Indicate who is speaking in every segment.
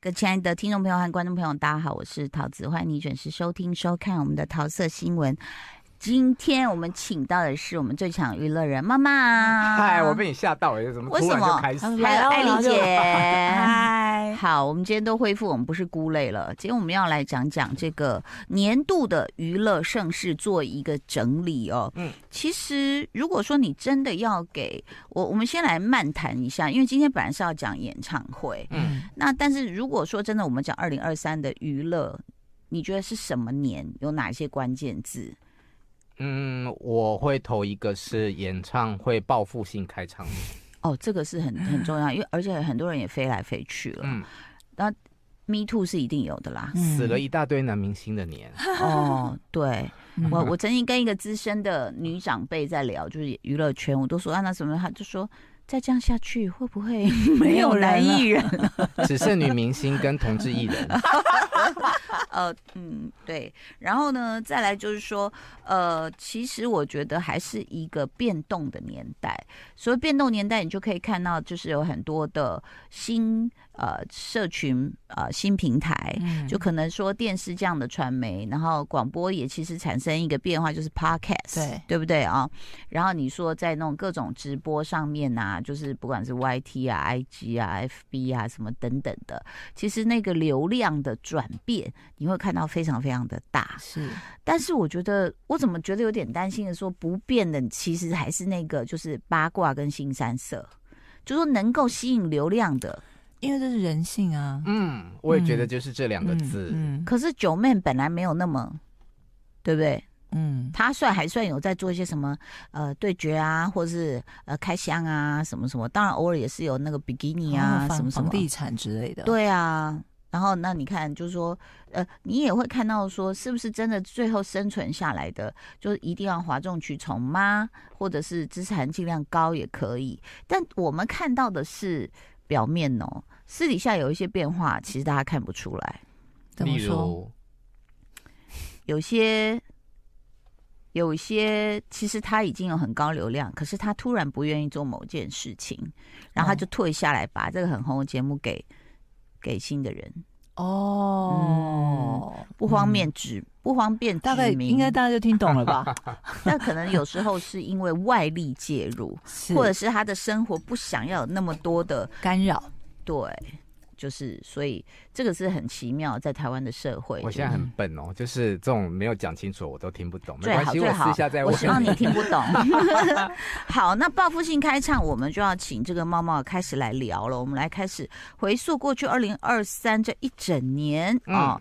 Speaker 1: 各亲爱的听众朋友和观众朋友，大家好，我是桃子，欢迎你准时收听收看我们的桃色新闻。今天我们请到的是我们最强娱乐人妈 妈，
Speaker 2: 嗨，哎我被你吓到了，怎么
Speaker 1: 为
Speaker 2: 突
Speaker 1: 什
Speaker 2: 然就
Speaker 1: 么
Speaker 2: 开始？
Speaker 1: 还有艾丽姐。
Speaker 3: 嗨，
Speaker 1: 好，我们今天都恢复，我们不是孤累了。今天我们要来讲讲这个年度的娱乐盛事，做一个整理哦。
Speaker 2: 嗯，
Speaker 1: 其实如果说你真的要给我，我们先来漫谈一下，因为今天本来是要讲演唱会，
Speaker 2: 嗯，
Speaker 1: 那但是如果说真的，我们讲二零二三的娱乐，你觉得是什么年？有哪些关键字？
Speaker 2: 嗯，我会投一个是演唱会报复性开场，
Speaker 1: 哦，这个是很很重要，因为而且很多人也飞来飞去了。
Speaker 2: 嗯，
Speaker 1: Me too 是一定有的 啦。
Speaker 2: 死了一大堆男明星的年，
Speaker 1: 哦，对我我曾经跟一个资深的女长辈在聊，就是娱乐圈，我都说啊那什么，她就说再这样下去会不会 没有男艺人？嗯
Speaker 2: 只剩女明星跟同志艺人。
Speaker 1: 呃，嗯，对。然后呢，再来就是说，呃，其实我觉得还是一个变动的年代。所谓变动年代，你就可以看到，就是有很多的新呃社群呃新平台。
Speaker 3: 嗯
Speaker 1: 就可能说电视这样的传媒，然后广播也其实产生一个变化，就是 podcast，
Speaker 3: 对
Speaker 1: 对不对啊、然后你说在那种各种直播上面啊，就是不管是 YT 啊、IG 啊、FB 啊什么等等的，其实那个流量的转变，你会看到非常非常的大。
Speaker 3: 是
Speaker 1: 但是我觉得，我怎么觉得有点担心的说，不变的其实还是那个就是八卦跟新三色，就说能够吸引流量的。
Speaker 3: 因为这是人性啊，
Speaker 2: 嗯，我也觉得就是这两个字。
Speaker 3: 嗯
Speaker 1: 可是九妹本来没有那么，对不对？
Speaker 3: 嗯，
Speaker 1: 她算还算有在做一些什么呃对决啊，或是呃开箱啊什么什么。当然偶尔也是有那个比基尼啊
Speaker 3: 然后
Speaker 1: 什么什么
Speaker 3: 哦房。地产之类的，，
Speaker 1: 对啊，然后那你看，就是说，呃，你也会看到说，是不是真的最后生存下来的，就是一定要哗众取宠吗？或者是资产尽量高也可以？但我们看到的是表面哦，私底下有一些变化，其实大家看不出来，
Speaker 3: 怎
Speaker 2: 例
Speaker 3: 么说？
Speaker 2: 如，
Speaker 1: 有些。有一些其实他已经有很高流量，可是他突然不愿意做某件事情，然后他就
Speaker 3: 哦
Speaker 1: 退下来，把这个很红的节目给给新的人。
Speaker 3: 哦，
Speaker 1: 不方便指、不方便
Speaker 3: 大概
Speaker 1: 指明
Speaker 3: 应该大家就听懂 了吧？
Speaker 1: 那可能有时候是因为外力介入，
Speaker 3: 是
Speaker 1: 或者是他的生活不想要有那么多的
Speaker 3: 干扰，
Speaker 1: 对，就是所以这个是很奇妙，在台湾的社会。
Speaker 2: 我现在很笨哦，就是这种没有讲清楚我都听不懂，没
Speaker 1: 最
Speaker 2: 关
Speaker 1: 好
Speaker 2: 系，
Speaker 1: 最
Speaker 2: 我
Speaker 1: 好
Speaker 2: 私下，再
Speaker 1: 我
Speaker 2: 问。
Speaker 1: 希望你听不 懂。 好，那报复性开唱，我们就要请这个猫猫开始来聊了。我们来开始回溯过去二零二三这一整年
Speaker 2: 嗯
Speaker 1: 啊、哦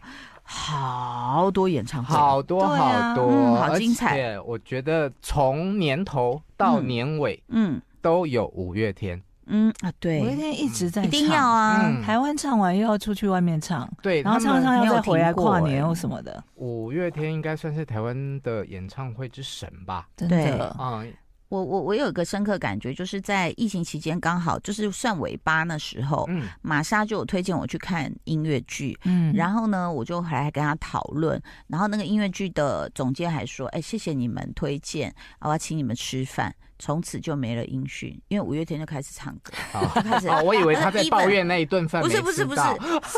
Speaker 1: 好多演唱会，
Speaker 2: 好多
Speaker 3: 对啊
Speaker 2: 好多，
Speaker 1: 嗯好精彩。
Speaker 2: 我觉得从年头到年尾
Speaker 1: 嗯
Speaker 2: 都有五月天，
Speaker 1: 嗯啊，对，
Speaker 3: 我一天一直在
Speaker 1: 一定
Speaker 3: 唱
Speaker 1: 要啊，
Speaker 2: 嗯
Speaker 3: 台湾唱完又要出去外面唱，
Speaker 2: 对，
Speaker 3: 然后
Speaker 2: 他
Speaker 3: 唱
Speaker 2: 们
Speaker 3: 唱
Speaker 1: 没
Speaker 3: 要
Speaker 1: 有
Speaker 3: 再回
Speaker 1: 停
Speaker 3: 来
Speaker 1: 过
Speaker 3: 跨
Speaker 1: 哎
Speaker 3: 年或什么的，
Speaker 2: 五月天应该算是台湾的演唱会之神吧？
Speaker 3: 真
Speaker 1: 对
Speaker 3: 的，
Speaker 2: 啊、
Speaker 1: 我我我有一个深刻感觉，就是在疫情期间刚好就是算尾巴那时候，
Speaker 2: 嗯，
Speaker 1: 玛莎就有推荐我去看音乐剧，
Speaker 3: 嗯
Speaker 1: 然后呢，我就还跟她讨论，然后那个音乐剧的总监还说：“哎，谢谢你们推荐，啊我要请你们吃饭。”从此就没了音讯，因为五月天就开始唱歌，
Speaker 2: 好
Speaker 1: 就。开始
Speaker 2: 哦，我以为他在抱怨那一顿饭
Speaker 1: 不
Speaker 2: 没
Speaker 1: 是
Speaker 2: 吃到，
Speaker 1: 不是不是是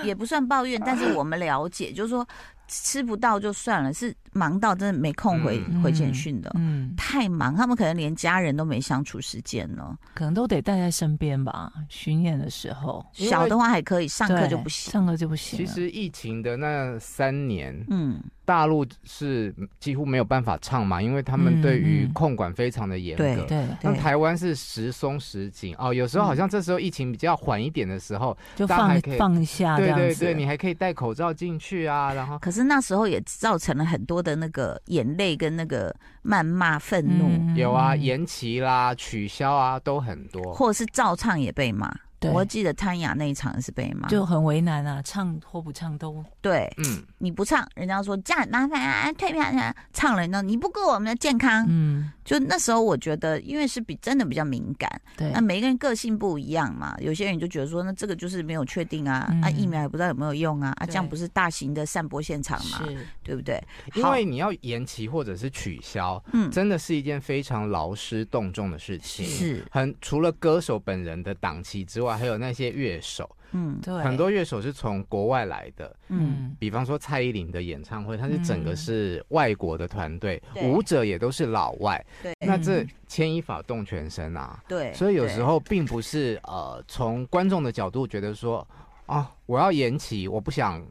Speaker 1: 是也不算抱怨，但是我们了解，就是说吃不到就算了，是忙到真的没空回、
Speaker 2: 嗯
Speaker 1: 回简讯的。
Speaker 3: 嗯，
Speaker 1: 太忙，他们可能连家人都没相处时间了。
Speaker 3: 可能都得带在身边吧，巡演的时候。
Speaker 2: 因为
Speaker 1: 小的话还可以，上课
Speaker 3: 对
Speaker 1: 就不行。
Speaker 3: 上课就不行
Speaker 2: 其
Speaker 3: 了。
Speaker 2: 实疫情的那三年，
Speaker 1: 嗯，
Speaker 2: 大陆是几乎没有办法唱嘛，因为他们对于
Speaker 3: 嗯嗯
Speaker 2: 控管非常的严格。
Speaker 1: 对
Speaker 3: 对，
Speaker 2: 那
Speaker 1: 对
Speaker 2: 台湾是时松时紧哦，有时候好像这时候疫情比较缓一点的时候，
Speaker 3: 就
Speaker 2: 大家
Speaker 3: 放
Speaker 2: 还可以
Speaker 3: 放下啊这
Speaker 2: 对
Speaker 3: 样
Speaker 2: 对
Speaker 3: 子。
Speaker 2: 对，你还可以戴口罩进去啊，然后
Speaker 1: 可是那时候也造成了很多的那个眼泪跟那个谩骂、
Speaker 3: 嗯
Speaker 1: 愤怒，
Speaker 2: 有
Speaker 1: 嗯
Speaker 2: 啊，
Speaker 3: 也
Speaker 2: 延期啦、取消啊，都很多。
Speaker 1: 或者是照唱也被骂。
Speaker 3: 对
Speaker 1: 我记得谭雅那一场也是被骂。
Speaker 3: 就很为难啊，唱或不唱都
Speaker 1: 对，
Speaker 2: 嗯，
Speaker 1: 你不唱，人家说这样很麻烦啊，退票啊，唱了呢，你不顾我们的健康。
Speaker 3: 嗯，
Speaker 1: 就那时候我觉得，因为是比真的比较敏感，
Speaker 3: 对
Speaker 1: 那，每个人个性不一样嘛，有些人就觉得说，那这个就是没有确定啊，
Speaker 3: 嗯
Speaker 1: 啊疫苗也不知道有没有用啊，啊
Speaker 3: 对
Speaker 1: 这样不是大型的散播现场嘛，
Speaker 3: 是
Speaker 1: 对不对？
Speaker 2: 因
Speaker 1: 好
Speaker 2: 为你要延期或者是取消，
Speaker 1: 嗯，
Speaker 2: 真的是一件非常劳师动众的事情。
Speaker 1: 是
Speaker 2: 很除了歌手本人的档期之外，外，还有那些乐手，
Speaker 1: 嗯
Speaker 3: 对，
Speaker 2: 很多乐手是从国外来的。
Speaker 1: 嗯，
Speaker 3: 嗯
Speaker 2: 比方说蔡依林的演唱会，它是整个
Speaker 3: 嗯
Speaker 2: 是外国的团队，
Speaker 1: 对
Speaker 2: 舞者也都是老外，
Speaker 1: 对
Speaker 2: 那这
Speaker 3: 嗯
Speaker 2: 牵一发动全身啊。
Speaker 1: 对，
Speaker 2: 所以有
Speaker 1: 对
Speaker 2: 时候并不是呃，从观众的角度觉得说，哦，我要延期，我不想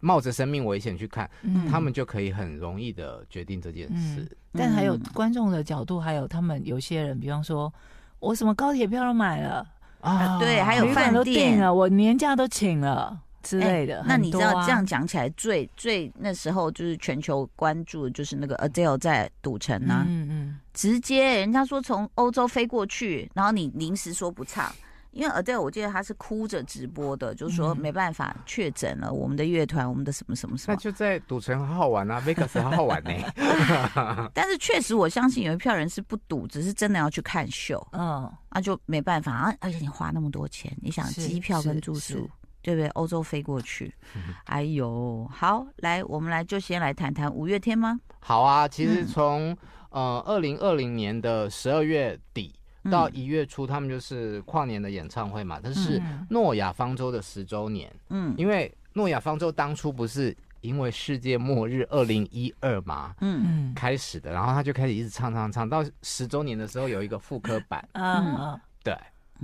Speaker 2: 冒着生命危险去看，
Speaker 3: 嗯
Speaker 2: 他们就可以很容易的决定这件事。
Speaker 3: 但还有
Speaker 1: 嗯
Speaker 3: 观众的角度，还有他们有些人，比方说，我什么高铁票都买了，
Speaker 1: 啊对还有
Speaker 3: 旅
Speaker 1: 饭
Speaker 3: 馆都
Speaker 1: 店
Speaker 3: 订了，我年假都请了之
Speaker 1: 哎
Speaker 3: 类的。
Speaker 1: 那
Speaker 3: 很
Speaker 1: 你知
Speaker 3: 多
Speaker 1: 道
Speaker 3: 啊
Speaker 1: 这样讲起来最最那时候就是全球关注的就是那个 Adele 在赌城啊，
Speaker 3: 嗯嗯
Speaker 1: 直接人家说从欧洲飞过去，然后你临时说不唱。因为 Adele 我记得她是哭着直播的，就是说
Speaker 3: 嗯
Speaker 1: 没办法确诊了，我们的乐团，我们的什么什么什
Speaker 2: 那
Speaker 1: 么。
Speaker 2: 就在赌城好好玩啊，Vegas 好好玩 呢、
Speaker 1: 但是确实我相信有一票人是不赌，只是真的要去看秀，
Speaker 3: 嗯，
Speaker 1: 那、就没办法啊。而且你花那么多钱，你想
Speaker 3: 是
Speaker 1: 机票跟
Speaker 3: 是
Speaker 1: 住
Speaker 3: 是
Speaker 1: 宿，对不对？欧洲飞过 去，
Speaker 2: 嗯
Speaker 1: 哎呦，好，来，我们来就先来谈谈五月天吗？
Speaker 2: 好啊，其实
Speaker 1: 嗯
Speaker 2: 从、呃二零二零年的十二月底
Speaker 1: 嗯
Speaker 2: 到一月初，他们就是跨年的演唱会嘛，但是
Speaker 3: 嗯
Speaker 2: 诺亚方舟的十周年，
Speaker 1: 嗯
Speaker 2: 因为诺亚方舟当初不是因为世界末日二零一二嘛
Speaker 1: 嗯
Speaker 3: 嗯，
Speaker 2: 开始的，然后他就开始一直唱唱唱，到十周年的时候有一个复刻版
Speaker 3: 啊
Speaker 2: 对，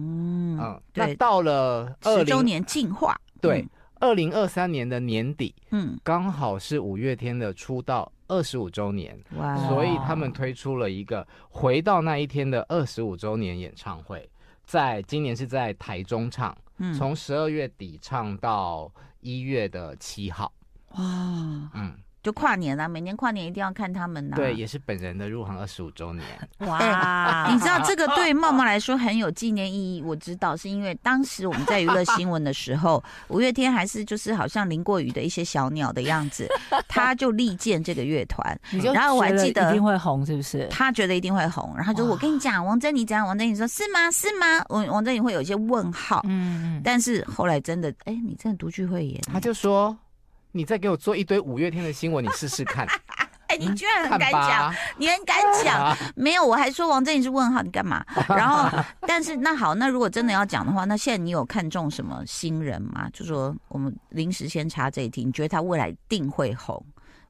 Speaker 1: 嗯
Speaker 2: 嗯，那
Speaker 1: 对，
Speaker 2: 到了二
Speaker 1: 十周
Speaker 2: 零
Speaker 1: 年进化，
Speaker 2: 对二零二三年的年底，
Speaker 1: 嗯，
Speaker 2: 刚好是五月天的出道二十五周年。
Speaker 1: 嗯，哇，
Speaker 2: 所以他们推出了一个回到那一天的二十五周年演唱会，在今年是在台中唱，
Speaker 1: 嗯
Speaker 2: 从十二月底唱到一月的七号。
Speaker 1: 哇，
Speaker 2: 嗯，
Speaker 1: 就跨年啦，每年跨年一定要看他们呐。
Speaker 2: 对，也是本人的入行二十五周年。
Speaker 3: 嗯哇
Speaker 1: 哎啊你知道这个 对茂茂来说很有纪念意义，我知道是因为当时我们在娱乐新闻的时候，五月天还是就是好像淋过雨的一些小鸟的样子，他就力荐这个乐团，
Speaker 3: 你就
Speaker 1: 然后我还
Speaker 3: 觉
Speaker 1: 记得
Speaker 3: 一定会红，是不是？
Speaker 1: 他觉得一定会红，然后就
Speaker 3: 哇
Speaker 1: 我跟你讲，王珍妮怎样，王珍妮说是吗？是吗？王王珍妮会有一些问号，
Speaker 3: 嗯嗯，
Speaker 1: 但是后来真的，哎，你真的独具慧眼，
Speaker 2: 他就说：“你再给我做一堆五月天的新闻，你试试 看，
Speaker 1: 哎，你居然很
Speaker 2: 看
Speaker 1: 敢讲，
Speaker 2: 吧。
Speaker 1: 你很敢讲，
Speaker 2: 啊
Speaker 1: 没有，我还说王正宇是问号，你干嘛？然后，但是那好，那如果真的要讲的话，那现在你有看中什么新人吗？就说我们临时先插这一题，你觉得他未来一定会红？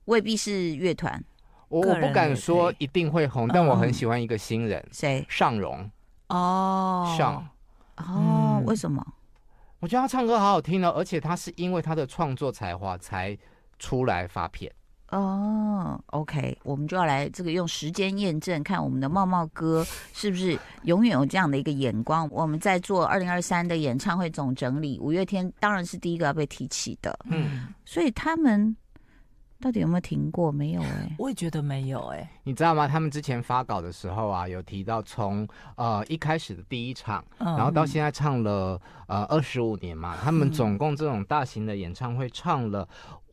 Speaker 1: 未必是乐团，
Speaker 2: 我
Speaker 3: 个
Speaker 2: 我
Speaker 3: 人
Speaker 2: 不敢说
Speaker 3: 也可
Speaker 2: 一定会红，但我
Speaker 1: 嗯
Speaker 2: 很喜欢一个新人
Speaker 1: 谁？
Speaker 2: 尚荣。
Speaker 3: 哦，
Speaker 2: 上
Speaker 1: 哦，
Speaker 3: 嗯
Speaker 1: 为什么？
Speaker 2: 我觉得他唱歌好好听哦，而且他是因为他的创作才华才出来发片。
Speaker 1: 哦，OK，我们就要来这个用时间验证，看我们的茂茂哥是不是永远有这样的一个眼光。我们在做二零二三的演唱会总整理，五月天当然是第一个要被提起的，
Speaker 2: 嗯，
Speaker 1: 所以他们到底有没有停过？没有哎、
Speaker 3: 我也觉得没有哎、
Speaker 2: 你知道吗？他们之前发稿的时候啊，有提到从呃一开始的第一场，
Speaker 3: 嗯，
Speaker 2: 然后到现在唱了呃二十五年嘛，他们总共这种大型的演唱会唱了。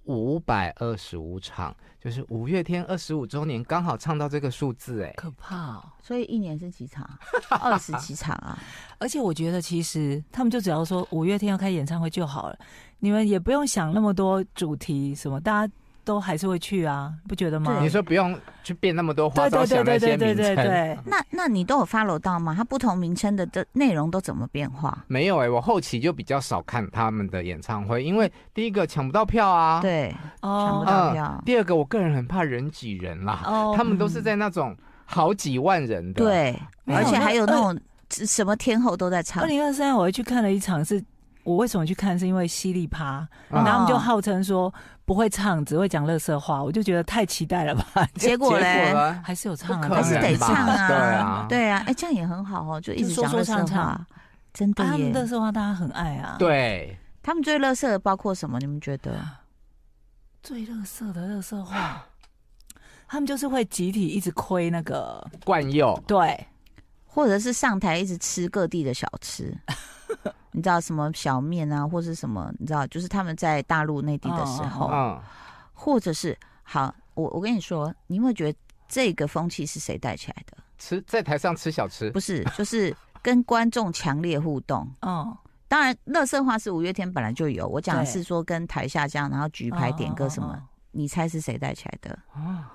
Speaker 2: 五百二十五场，就是五月天二十五周年，刚好唱到这个数字哎、
Speaker 3: 可怕、哦，
Speaker 1: 所以一年是几 场？二十几场啊？
Speaker 3: 而且我觉得其实他们就只要说五月天要开演唱会就好了，你们也不用想那么多主题什么，大家都还是会去啊，不觉得吗
Speaker 1: 对
Speaker 2: 你？说不用去变那么多花
Speaker 3: 对
Speaker 2: 招，
Speaker 3: 对
Speaker 2: 想
Speaker 3: 对
Speaker 2: 那
Speaker 3: 对
Speaker 2: 些
Speaker 3: 对
Speaker 2: 名
Speaker 3: 对对
Speaker 2: 称，
Speaker 3: 对，
Speaker 1: 那那你都有 follow 到吗？它不同名称的这内容都怎么变化？
Speaker 2: 没有哎、我后期就比较少看他们的演唱会，因为第一个抢不到票啊，
Speaker 1: 对，抢不
Speaker 3: 哦
Speaker 1: 到票。
Speaker 2: 第二个我个人很怕人挤人啦，
Speaker 3: 哦
Speaker 2: 他们都是在那种好几万人的，，
Speaker 1: 对，
Speaker 3: 没
Speaker 1: 而
Speaker 3: 有
Speaker 1: 且
Speaker 3: 那
Speaker 1: 还有
Speaker 3: 二
Speaker 1: 那种什么天后都在唱
Speaker 3: 二。零二三，我还去看了一场是。我为什么去看？是因为犀利趴，
Speaker 2: 嗯
Speaker 3: 然后他们就号称说不会唱，只会讲乐色话，我就觉得太期待了 吧？
Speaker 1: 结果嘞，
Speaker 2: 呢？
Speaker 3: 还是有唱啊，
Speaker 2: 不可
Speaker 1: 还
Speaker 3: 但
Speaker 1: 是
Speaker 3: 是
Speaker 1: 得
Speaker 2: 能吧
Speaker 1: 唱啊，
Speaker 2: 对啊
Speaker 1: 对啊，哎，这样也很好哦，就一
Speaker 3: 就
Speaker 1: 直
Speaker 3: 说
Speaker 1: 讲
Speaker 3: 说
Speaker 1: 乐色
Speaker 3: 唱唱
Speaker 1: 话，真
Speaker 3: 啊
Speaker 1: 的
Speaker 3: 他们乐
Speaker 1: 耶。
Speaker 3: 色话大家很爱啊。，
Speaker 2: 对，
Speaker 1: 他们最乐色的包括什么？你们觉得？
Speaker 3: 最乐色的乐色话，他们就是会集体一直亏那个，
Speaker 2: 冠佑，
Speaker 3: 对，
Speaker 1: 或者是上台一直吃各地的小 吃，你知道什么小面啊，或是什么，你知道，就是他们在大陆内地的时候，
Speaker 3: 哦
Speaker 2: 嗯，
Speaker 1: 或者是好，我我跟你说，你有没有觉得这个风气是谁带起来的？
Speaker 2: 吃在台上吃小吃
Speaker 1: 不，是，就是跟观众强烈互动。
Speaker 3: 嗯，
Speaker 1: 当然，乐色话是五月天本来就有，我讲的
Speaker 3: 对
Speaker 1: 是说跟台下这样，然后举牌点歌什么。
Speaker 3: 哦
Speaker 1: 你猜是谁带起来的？
Speaker 2: 啊，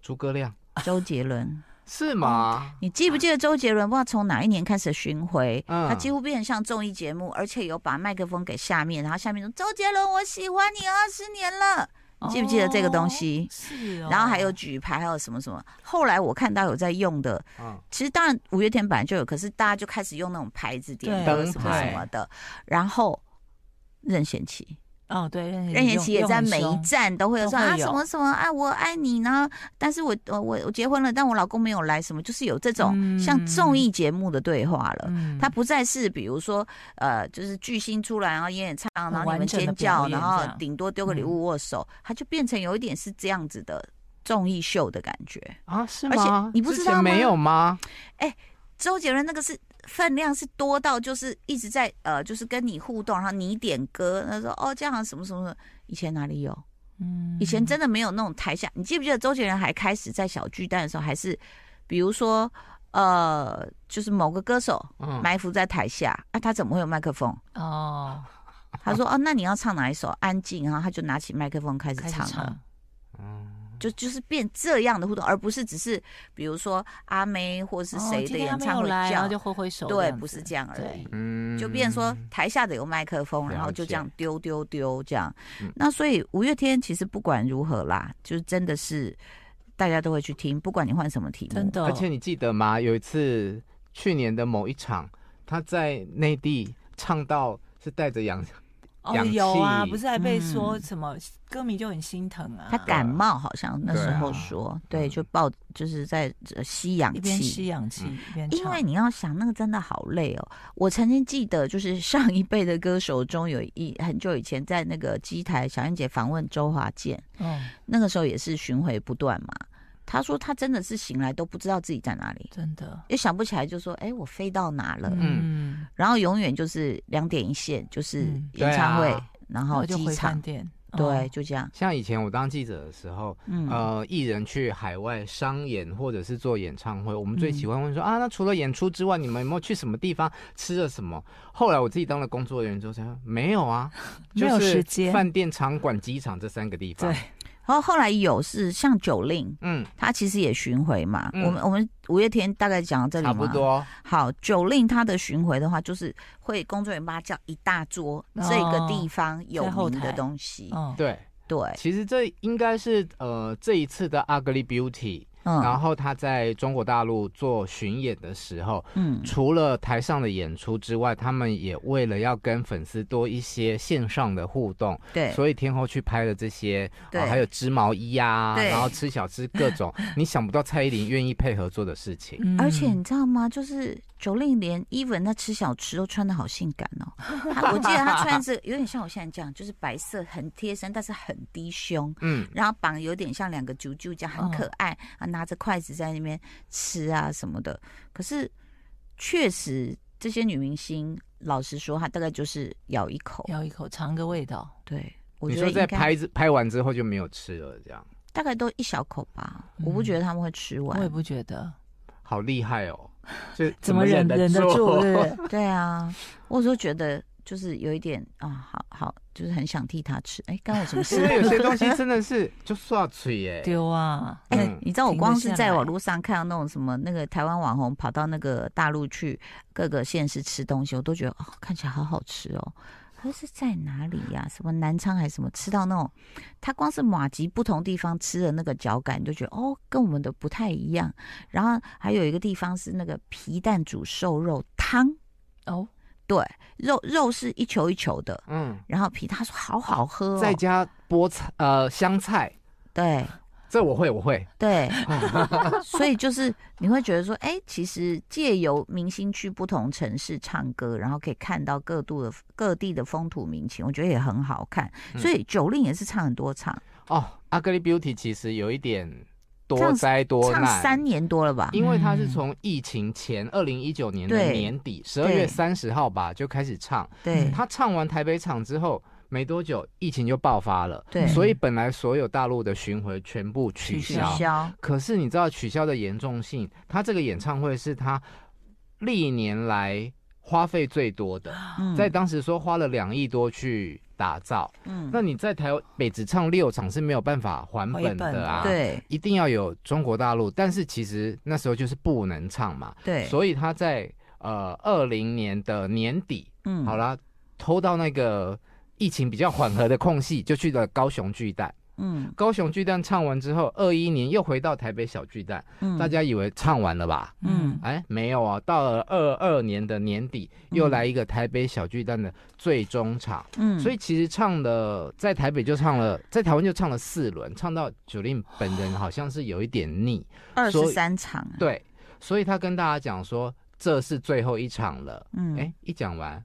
Speaker 2: 诸葛亮，
Speaker 1: 周杰伦。
Speaker 2: 是吗？
Speaker 1: 你记不记得周杰伦不知道从哪一年开始巡回，
Speaker 2: 嗯
Speaker 1: 他几乎变成像综艺节目，而且有把麦克风给下面，然后下面说：“周杰伦，我喜欢你二十年了。”你记不记得这个东西？
Speaker 3: 是哦，
Speaker 1: 然后还有举牌，还有什么什么。后来我看到有在用的，
Speaker 2: 嗯，
Speaker 1: 其实当然五月天本来就有，可是大家就开始用那种牌子点
Speaker 3: 对
Speaker 1: 灯什么什么的。然后任贤齐，
Speaker 3: 哦，对，任贤
Speaker 1: 任贤齐也
Speaker 3: 用
Speaker 1: 在
Speaker 3: 用很
Speaker 1: 每一
Speaker 3: 凶
Speaker 1: 站都会有说
Speaker 3: 都会
Speaker 1: 啊
Speaker 3: 有
Speaker 1: 什么什么啊，我爱你呢。但是我我我我结婚了，但我老公没有来，什么就是有这种
Speaker 3: 嗯
Speaker 1: 像综艺节目的对话了。
Speaker 3: 嗯
Speaker 1: 它不再是比如说呃，就是巨星出来然后演演唱，然后你们
Speaker 3: 完整的
Speaker 1: 尖叫，
Speaker 3: 表演
Speaker 1: 然后
Speaker 3: 这样
Speaker 1: 顶多丢个礼物握手，它就变成有一点是这样子的综艺秀的感觉。
Speaker 2: 啊，是
Speaker 1: 而且
Speaker 2: 吗？
Speaker 1: 你不
Speaker 2: 之
Speaker 1: 知道
Speaker 2: 前没
Speaker 1: 吗
Speaker 2: 有吗？
Speaker 1: 周杰伦那个是分量是多到就是一直在呃，就是跟你互动，然后你点歌，他说哦这样什么什么什么，以前哪里有？
Speaker 3: 嗯
Speaker 1: 以前真的没有那种台下，你记不记得周杰伦还开始在小巨蛋的时候，还是比如说呃，就是某个歌手
Speaker 2: 嗯，
Speaker 1: 埋伏在台下，啊，他怎么会有麦克风？
Speaker 3: 哦，
Speaker 1: 他 说：“哦，那你要唱哪一首？安静。”然后他就拿起麦克风开始
Speaker 3: 开始
Speaker 1: 唱了，
Speaker 3: 唱
Speaker 2: 嗯
Speaker 1: 就就是变这样的互动，而不是只是比如说阿妹或
Speaker 3: 哦
Speaker 1: 是谁的演唱会
Speaker 3: 来，
Speaker 1: 这
Speaker 3: 然
Speaker 1: 样，
Speaker 3: 后就挥挥手，
Speaker 1: 对，不是这样而已。
Speaker 2: 嗯
Speaker 1: 就变说台下的有麦克风，
Speaker 2: 了
Speaker 1: 然后就这样丢丢丢这样
Speaker 2: 嗯。
Speaker 1: 那所以五月天其实不管如何啦，就是真的是大家都会去听，不管你换什么题目。
Speaker 3: 真的，
Speaker 2: 嗯而且你记得吗？有一次去年的某一场，他在内地唱到是带着氧，
Speaker 3: 哦
Speaker 2: 氧
Speaker 3: 有啊，
Speaker 2: 气
Speaker 3: 不是还被说
Speaker 1: 嗯
Speaker 3: 什么歌迷就很心疼啊，
Speaker 1: 他感冒好像那时候说，
Speaker 2: 对啊
Speaker 1: 对，就抱就是在呃吸氧
Speaker 3: 一边吸
Speaker 1: 气。
Speaker 3: 氧气
Speaker 2: 嗯
Speaker 3: 一边唱，
Speaker 1: 因为你要想，那个真的好累哦。我曾经记得，就是上一辈的歌手中有一很久以前在那个机台，小燕姐访问周华健，
Speaker 3: 哦，
Speaker 1: 那个时候也是巡回不断嘛。他说他真的是醒来都不知道自己在哪里，
Speaker 3: 真的，
Speaker 1: 也想不起来，就说：“哎、我飞到哪了？”
Speaker 3: 嗯，
Speaker 1: 然后永远就是两点一线，就是
Speaker 3: 嗯
Speaker 1: 演唱会，
Speaker 2: 对啊
Speaker 1: 然
Speaker 3: 然
Speaker 1: 后
Speaker 3: 后就
Speaker 1: 机
Speaker 3: 回
Speaker 1: 场
Speaker 3: 饭，店，哦
Speaker 1: 对，，就这样。
Speaker 2: 像以前我当记者的时候，
Speaker 1: 嗯，
Speaker 2: 呃，艺人去海外商演或者是做演唱会，我们最
Speaker 3: 嗯
Speaker 2: 喜欢问说、啊，那除了演出之外，你们有没有去什么地方吃了什么？后来我自己当了工作人员之后，才说没有啊，
Speaker 3: 没有
Speaker 2: 就
Speaker 3: 时
Speaker 2: 是
Speaker 3: 间
Speaker 2: 饭店、场馆、机场这三个地方。
Speaker 3: 对，
Speaker 1: 然后后来有是像九令，
Speaker 2: 嗯，
Speaker 1: 他其实也巡回嘛。
Speaker 2: 嗯
Speaker 1: 我们我们五月天大概讲到这里
Speaker 2: 差
Speaker 1: 嘛
Speaker 2: 不。多。
Speaker 1: 好，九令他的巡回的话，就是会工作人员帮他叫一大桌，
Speaker 3: 哦
Speaker 1: 这个地方有
Speaker 3: 在后
Speaker 1: 名的
Speaker 3: 台
Speaker 1: 东西。
Speaker 3: 哦，
Speaker 2: 对，
Speaker 1: 对，
Speaker 2: 其实这应该是呃这一次的《Ugly Beauty》，然
Speaker 1: 嗯
Speaker 2: 后他在中国大陆做巡演的时候，
Speaker 1: 嗯，
Speaker 2: 除了台上的演出之外，他们也为了要跟粉丝多一些线上的互动，
Speaker 1: 对，
Speaker 2: 所以天后去拍了这些，
Speaker 1: 对
Speaker 2: 啊还有织毛衣啊，
Speaker 1: 对
Speaker 2: 然后吃小吃各 种，你想不到蔡依林愿意配合做的事情。
Speaker 3: 嗯
Speaker 1: 而且你知道吗？就是九令连 even 他吃小吃都穿的好性感哦。他我记得他穿着有点像我现在这样，就是白色很贴身，但是很低胸，
Speaker 2: 嗯，
Speaker 1: 然后绑有点像两个啾啾这样，很可爱啊，拿着筷子在那边吃啊什么的。可是确实这些女明星，老实说，她大概就是咬一口，
Speaker 3: 咬一口尝个味道，
Speaker 1: 对。我
Speaker 2: 你
Speaker 1: 觉
Speaker 2: 说
Speaker 1: 得
Speaker 2: 在
Speaker 1: 应该
Speaker 2: 拍之拍完之后就没有吃了，这样
Speaker 1: 大概都一小口吧，
Speaker 3: 嗯
Speaker 1: 我不觉得他们会吃
Speaker 3: 我也
Speaker 1: 完。
Speaker 3: 不觉得，
Speaker 2: 好厉 害哦，就
Speaker 3: 怎么忍忍
Speaker 2: 得
Speaker 3: 得住？ 对不对
Speaker 1: 对啊，我有时候觉得就是有一点啊，好好，就是很想替他吃。哎，干我什么
Speaker 2: 因
Speaker 1: 事？
Speaker 2: 为有些东西真的是就刷嘴耶，
Speaker 3: 丢啊，
Speaker 1: 哎、
Speaker 2: 嗯
Speaker 1: 你知道我
Speaker 3: 停得
Speaker 1: 光是
Speaker 3: 下
Speaker 1: 在
Speaker 3: 来
Speaker 1: 网络上看到那种什么那个台湾网红跑到那个大陆去各个县市吃东西，我都觉得哦，看起来好好吃哦。可是在哪里呀、什么南昌还是什么？吃到那种，他光是马吉不同地方吃的那个脚感，你就觉得哦，跟我们的不太一样。然后还有一个地方是那个皮蛋煮瘦肉汤，
Speaker 3: 哦，
Speaker 1: 对，肉肉是一球一球的，
Speaker 2: 嗯，
Speaker 1: 然后皮他说好好喝、哦，
Speaker 2: 再加菠菜呃香菜，
Speaker 1: 对
Speaker 2: 这我会我会，
Speaker 1: 对，所以就是你会觉得说，哎，其实借由明星去不同城市唱歌，然后可以看到各度的各地的风土民情，我觉得也很好看。
Speaker 2: 嗯
Speaker 1: 所以九令也是唱很多场，
Speaker 2: 哦，《Ugly Beauty》其实有一点多
Speaker 1: 唱
Speaker 2: 灾多
Speaker 1: 唱
Speaker 2: 难，
Speaker 1: 三年多了吧？
Speaker 2: 因为它是
Speaker 3: 嗯
Speaker 2: 从疫情前二零一九年的
Speaker 1: 对
Speaker 2: 年底十二月三十号吧就开始唱，
Speaker 1: 对
Speaker 2: 他唱完台北场之后。没多久，疫情就爆发了，
Speaker 1: 对
Speaker 2: 所以本来所有大陆的巡回全部取
Speaker 3: 取
Speaker 1: 取
Speaker 2: 消。
Speaker 1: 消，
Speaker 2: 可是你知道取消的严重性，他这个演唱会是他历年来花费最多的，
Speaker 1: 嗯，
Speaker 2: 在当时说花了两亿多去打造。
Speaker 1: 嗯，
Speaker 2: 那你在台北只唱六场是没有办法还本的啊，
Speaker 3: 回本的
Speaker 1: 对
Speaker 2: 一定要有中国大陆。但是其实那时候就是不能唱嘛，
Speaker 1: 对，
Speaker 2: 所以他在呃二零年的年底，
Speaker 1: 嗯
Speaker 2: 好，啦，偷到那个疫情比较缓和的空隙，就去了高雄巨蛋。
Speaker 1: 嗯
Speaker 2: 高雄巨蛋唱完之后，二一年又回到台北小巨蛋，
Speaker 1: 嗯，
Speaker 2: 大家以为唱完了吧？
Speaker 1: 嗯
Speaker 2: 哎，没有啊，到了二二年的年底，又来一个台北小巨蛋的最终场。
Speaker 1: 嗯，
Speaker 2: 所以其实唱了，在台北就唱了，在台湾就唱了四轮，唱到九令本人好像是有一点腻，
Speaker 1: 二
Speaker 2: 所
Speaker 1: 十
Speaker 2: 以
Speaker 1: 三场啊，
Speaker 2: 对，所以他跟大家讲说这是最后一场了。
Speaker 1: 嗯，
Speaker 2: 哎，一讲完，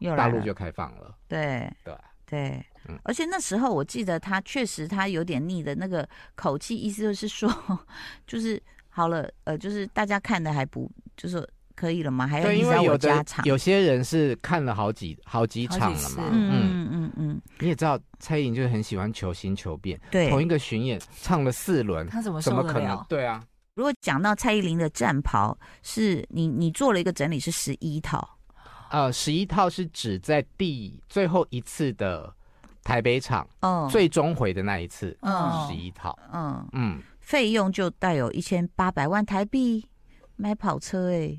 Speaker 1: 又
Speaker 2: 大
Speaker 1: 来
Speaker 2: 陆
Speaker 1: 了，
Speaker 2: 就开放了，
Speaker 1: 对
Speaker 2: 对。
Speaker 1: 对
Speaker 2: 嗯。
Speaker 1: 而且那时候我记得他确实他有点腻的那个口气，意思就是说， 就是好了，呃，就是大家看的还不就是可以了吗？还要
Speaker 2: 对，
Speaker 1: 一
Speaker 2: 因
Speaker 1: 直要
Speaker 2: 为
Speaker 1: 我
Speaker 2: 有
Speaker 1: 加
Speaker 2: 的
Speaker 1: 场。
Speaker 2: 有些人是看了好几好几
Speaker 3: 好几
Speaker 2: 场了
Speaker 3: 次
Speaker 2: 嘛，嗯，
Speaker 1: 嗯嗯嗯，
Speaker 2: 你也知道蔡依林就是很喜欢求新求变，
Speaker 1: 对。
Speaker 2: 同一个巡演唱了四轮，
Speaker 3: 他怎么
Speaker 2: 怎
Speaker 3: 受
Speaker 2: 么
Speaker 3: 得
Speaker 2: 可能
Speaker 3: 了？？
Speaker 2: 对啊，
Speaker 1: 如果讲到蔡依林的战袍，是你你做了一个整理是十一套，
Speaker 2: 呃，十一套是指在第最后一次的台北场、
Speaker 1: 嗯，
Speaker 2: 最终回的那一次，
Speaker 1: 嗯
Speaker 2: 十一套，
Speaker 1: 嗯，
Speaker 2: 嗯，
Speaker 1: 费用就带有一千八百万台币买跑车哎、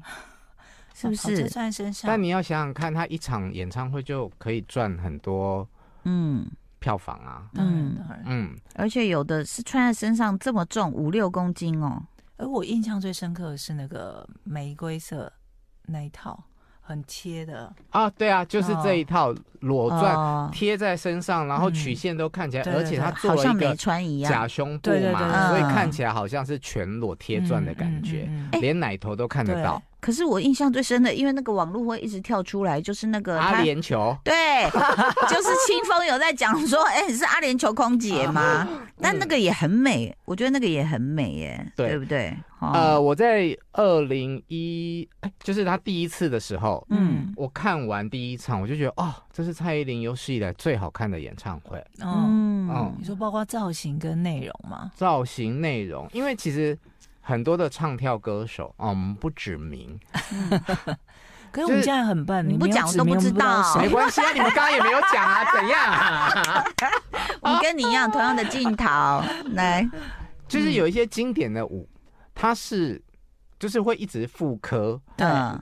Speaker 1: 是不
Speaker 3: 跑车
Speaker 1: 是？
Speaker 3: 穿身上
Speaker 2: 但？你要想想看，他一场演唱会就可以赚很多
Speaker 1: 嗯，
Speaker 2: 票房啊，
Speaker 3: 当然当然。
Speaker 2: 嗯，
Speaker 1: 而且有的是穿在身上这么重，五六公斤哦。
Speaker 3: 而我印象最深刻的是那个玫瑰色那一套，很贴的，
Speaker 2: 啊，对啊，就是这一套裸钻。
Speaker 1: 哦
Speaker 2: 贴在身上，然后
Speaker 3: 嗯
Speaker 2: 曲线都看起来，
Speaker 3: 对
Speaker 2: 而
Speaker 3: 对
Speaker 2: 且
Speaker 3: 对
Speaker 2: 他
Speaker 1: 好
Speaker 2: 做了
Speaker 1: 像
Speaker 2: 一
Speaker 1: 没
Speaker 2: 个
Speaker 1: 穿一
Speaker 2: 假
Speaker 1: 样。
Speaker 2: 胸部
Speaker 3: 对对对
Speaker 2: 嘛，
Speaker 1: 对
Speaker 2: 所
Speaker 1: 嗯
Speaker 2: 以看起来好像是全裸贴钻的感觉，
Speaker 3: 嗯嗯嗯嗯
Speaker 1: 哎
Speaker 2: 连奶头都看得
Speaker 3: 对
Speaker 2: 到。
Speaker 1: 可是我印象最深的，因为那个网络会一直跳出来，就是那个
Speaker 2: 阿
Speaker 1: 他
Speaker 2: 联酋，
Speaker 1: 对，就是清风有在讲说，哎、你是阿联酋空姐吗？ 但那个也很美，我觉得那个也很美耶，
Speaker 2: 对
Speaker 1: 对不对？
Speaker 2: 呃，
Speaker 1: 哦，
Speaker 2: 我在二零一，哎，就是他第一次的时候，
Speaker 1: 嗯
Speaker 2: 我看完第一场，我就觉得，哦，这是蔡依林有史以来最好看的演唱会，
Speaker 3: 嗯，
Speaker 1: 嗯
Speaker 2: 哦
Speaker 3: 你说包括造型跟内容嘛？
Speaker 2: 造型、内容，因为其实。很多的唱跳歌手啊，我们不指名，
Speaker 3: 可是我们
Speaker 2: 就是
Speaker 3: 现在很笨，
Speaker 1: 你
Speaker 3: 你
Speaker 1: 不
Speaker 3: 没有
Speaker 1: 讲我
Speaker 3: 指
Speaker 1: 都不
Speaker 3: 名
Speaker 1: 知道
Speaker 3: 谁
Speaker 2: 没关系啊，你们刚刚也没有讲啊，怎样啊？
Speaker 1: 我跟你一样，同样的镜头，来，
Speaker 2: 就是有一些经典的舞，它是就是会一直复刻，
Speaker 1: 嗯，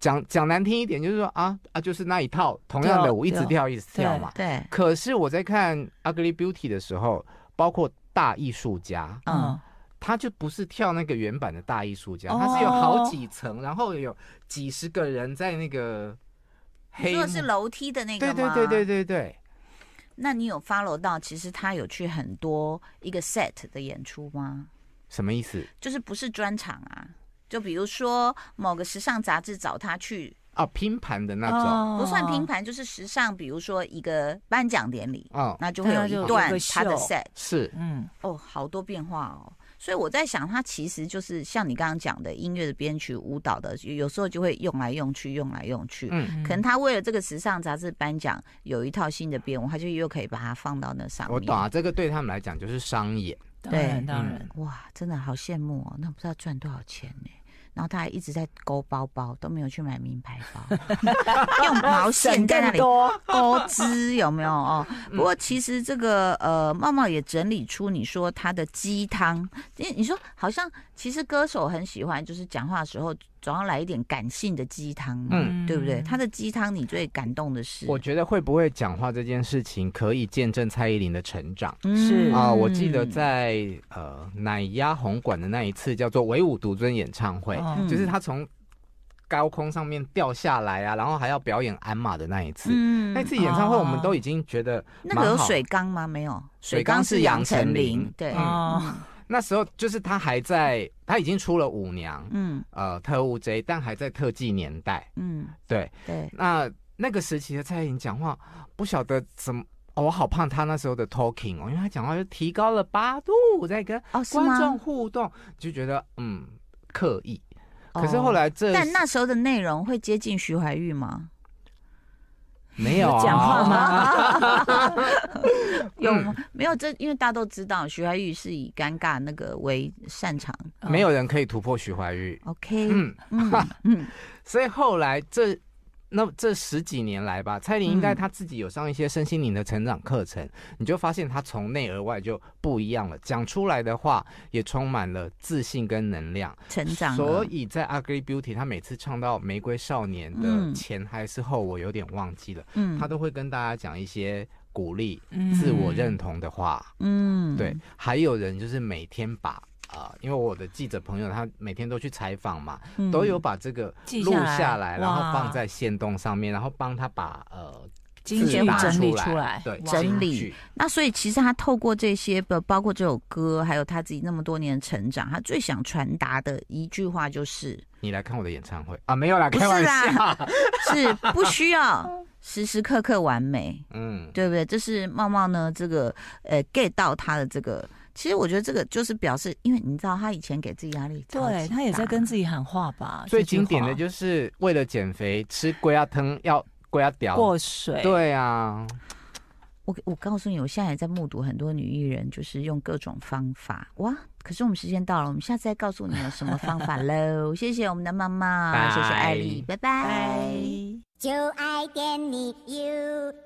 Speaker 2: 讲讲难听一点，就是说啊啊，就是那一套同样的舞一
Speaker 3: 对哦
Speaker 2: 直跳一直跳嘛。
Speaker 1: 对，
Speaker 2: 可是我在看《Ugly Beauty》的时候，包括大艺术家，
Speaker 1: 嗯
Speaker 3: 嗯，
Speaker 2: 他就不是跳那个原版的大艺术家，
Speaker 3: 哦
Speaker 2: 他是有好几层，然后有几十个人在那个
Speaker 1: 你
Speaker 2: 黑
Speaker 1: 说
Speaker 2: 幕。
Speaker 1: 的是楼梯的那个
Speaker 2: 对对
Speaker 1: 吗？
Speaker 2: 对对对对，
Speaker 1: 那你有 follow 到？其实他有去很多一个 set 的演出吗？
Speaker 2: 什么意思？
Speaker 1: 就是不是专场啊？就比如说某个时尚杂志找他去，
Speaker 2: 啊，拼盘的那种，
Speaker 3: 哦
Speaker 1: 不算拼盘，就是时尚，比如说一个颁奖典礼，
Speaker 2: 嗯，
Speaker 1: 那就会有
Speaker 3: 对啊就有
Speaker 1: 一
Speaker 3: 一
Speaker 1: 段
Speaker 3: 个
Speaker 1: 他的
Speaker 3: 秀
Speaker 1: set。
Speaker 2: 是
Speaker 3: 嗯，
Speaker 1: 哦，好多变化哦。所以我在想，它其实就是像你刚刚讲的音乐的编曲、舞蹈的，有有时候就会用来用去，用来用去。
Speaker 2: 嗯
Speaker 1: 可能他为了这个时尚杂志颁奖有一套新的编舞，他就又可以把它放到那上面。
Speaker 2: 我懂啊，这个对他们来讲就是商演。
Speaker 3: 当然
Speaker 1: 对
Speaker 3: 当
Speaker 2: 嗯
Speaker 3: 然，
Speaker 1: 哇，真的好羡慕哦！那不知道赚多少钱呢？然后他还一直在勾包包，都没有去买名牌包， 用毛线在那里
Speaker 3: 多，
Speaker 1: 勾织，有没有哦？不过其实这个呃，茂茂也整理出你说他的鸡汤，因为你说好像其实歌手很喜欢，就是讲话的时候总要来一点感性的鸡汤嘛，
Speaker 2: 嗯
Speaker 1: 对不对？他的鸡汤你最感动的是，
Speaker 2: 我觉得会不会讲话这件事情，可以见证蔡依林的成长
Speaker 1: 嗯
Speaker 3: 是
Speaker 2: 啊、我记得在呃奶鸭红馆的那一次叫做“唯舞独尊”演唱会，
Speaker 3: 哦
Speaker 1: 嗯
Speaker 2: 就是她从高空上面掉下来啊，然后还要表演鞍马的那一次。
Speaker 1: 嗯
Speaker 2: 那次演唱会
Speaker 3: 哦
Speaker 2: 我们都已经觉得
Speaker 1: 那个有
Speaker 2: 哎蛮好
Speaker 1: 水缸吗？没有，
Speaker 2: 水缸
Speaker 1: 是
Speaker 2: 是杨
Speaker 1: 丞琳
Speaker 2: 丞琳，嗯
Speaker 1: 对，
Speaker 3: 哦
Speaker 2: 那时候就是她还在，她已经出了舞娘，
Speaker 1: 嗯
Speaker 2: 呃，特务 J，但还在特技年代。
Speaker 1: 嗯，
Speaker 2: 对，
Speaker 1: 对，
Speaker 2: 那那个时期的蔡依林讲话，不晓得怎么。哦、我好怕她那时候的 talking 哦，因为她讲话就提高了八度，在跟
Speaker 1: 哦，是
Speaker 2: 观
Speaker 1: 吗
Speaker 2: 众？互动，就觉得嗯刻意。可是后
Speaker 1: 哦。
Speaker 2: 来这
Speaker 1: 但那时候的内容会接近徐怀钰吗？
Speaker 2: 没有啊
Speaker 3: 讲话 吗？
Speaker 1: 有吗？
Speaker 2: 嗯
Speaker 1: 没有，这因为大家都知道，徐怀钰是以尴尬那个为擅长。嗯
Speaker 2: 没有人可以突破徐怀钰。
Speaker 1: OK，
Speaker 2: 嗯，
Speaker 1: 嗯嗯
Speaker 2: 所以后来这那这十几年来吧，蔡依林应
Speaker 1: 嗯
Speaker 2: 该她自己有上一些身心灵的成长课程，你就发现她从内而外就不一样了，讲出来的话也充满了自信跟能量。
Speaker 1: 成长了，
Speaker 2: 所以在《Ugly Beauty》，她每次唱到《玫瑰少年》的
Speaker 1: 嗯
Speaker 2: 前还是后，我有点忘记了，
Speaker 1: 嗯
Speaker 2: 她都会跟大家讲一些鼓励、
Speaker 3: 嗯
Speaker 2: 自我认同的话。
Speaker 1: 嗯
Speaker 2: 对，还有人就是每天把啊、呃因为我的记者朋友他每天都去采访嘛，
Speaker 1: 嗯
Speaker 2: 都有把这个
Speaker 3: 嗯记
Speaker 2: 录
Speaker 3: 下来
Speaker 2: 下来，然后
Speaker 3: 哇
Speaker 2: 放在线动上面，然后帮他把呃
Speaker 3: 金
Speaker 2: 字
Speaker 3: 句
Speaker 2: 打
Speaker 3: 整理
Speaker 2: 出
Speaker 3: 出来，
Speaker 2: 对，
Speaker 3: 哇
Speaker 1: 整理
Speaker 2: 金句
Speaker 1: 那所以其实他透过这些，包包括这首歌，还有他自己那么多年的成长，他最想传达的一句话就是：
Speaker 2: 你来看我的演唱会啊，没有啦，
Speaker 1: 不
Speaker 2: 开
Speaker 1: 是
Speaker 2: 玩
Speaker 1: 啦
Speaker 2: 笑。
Speaker 1: 是不需要时时刻刻完美，
Speaker 2: 嗯，
Speaker 1: 对不对？这是茂茂呢，这个呃 get 到他的这个。其实我觉得这个就是表示，因为你知道他以前给自己压力超级大，
Speaker 3: 对他也在跟自己喊话吧，
Speaker 2: 最
Speaker 3: 这句
Speaker 2: 经
Speaker 3: 话
Speaker 2: 典的就是为了减肥吃龟鸭汤要龟鸭屌，
Speaker 3: 过水，
Speaker 2: 对啊，
Speaker 1: 我我告诉你，我现在也在目睹很多女艺人，就是用各种方法哇。可是我们时间到了，我们下次再告诉你有什么方 法喽。谢谢我们的妈妈，
Speaker 2: 拜
Speaker 1: 谢谢艾丽，拜拜
Speaker 3: 拜。
Speaker 4: 就爱点你 UFO。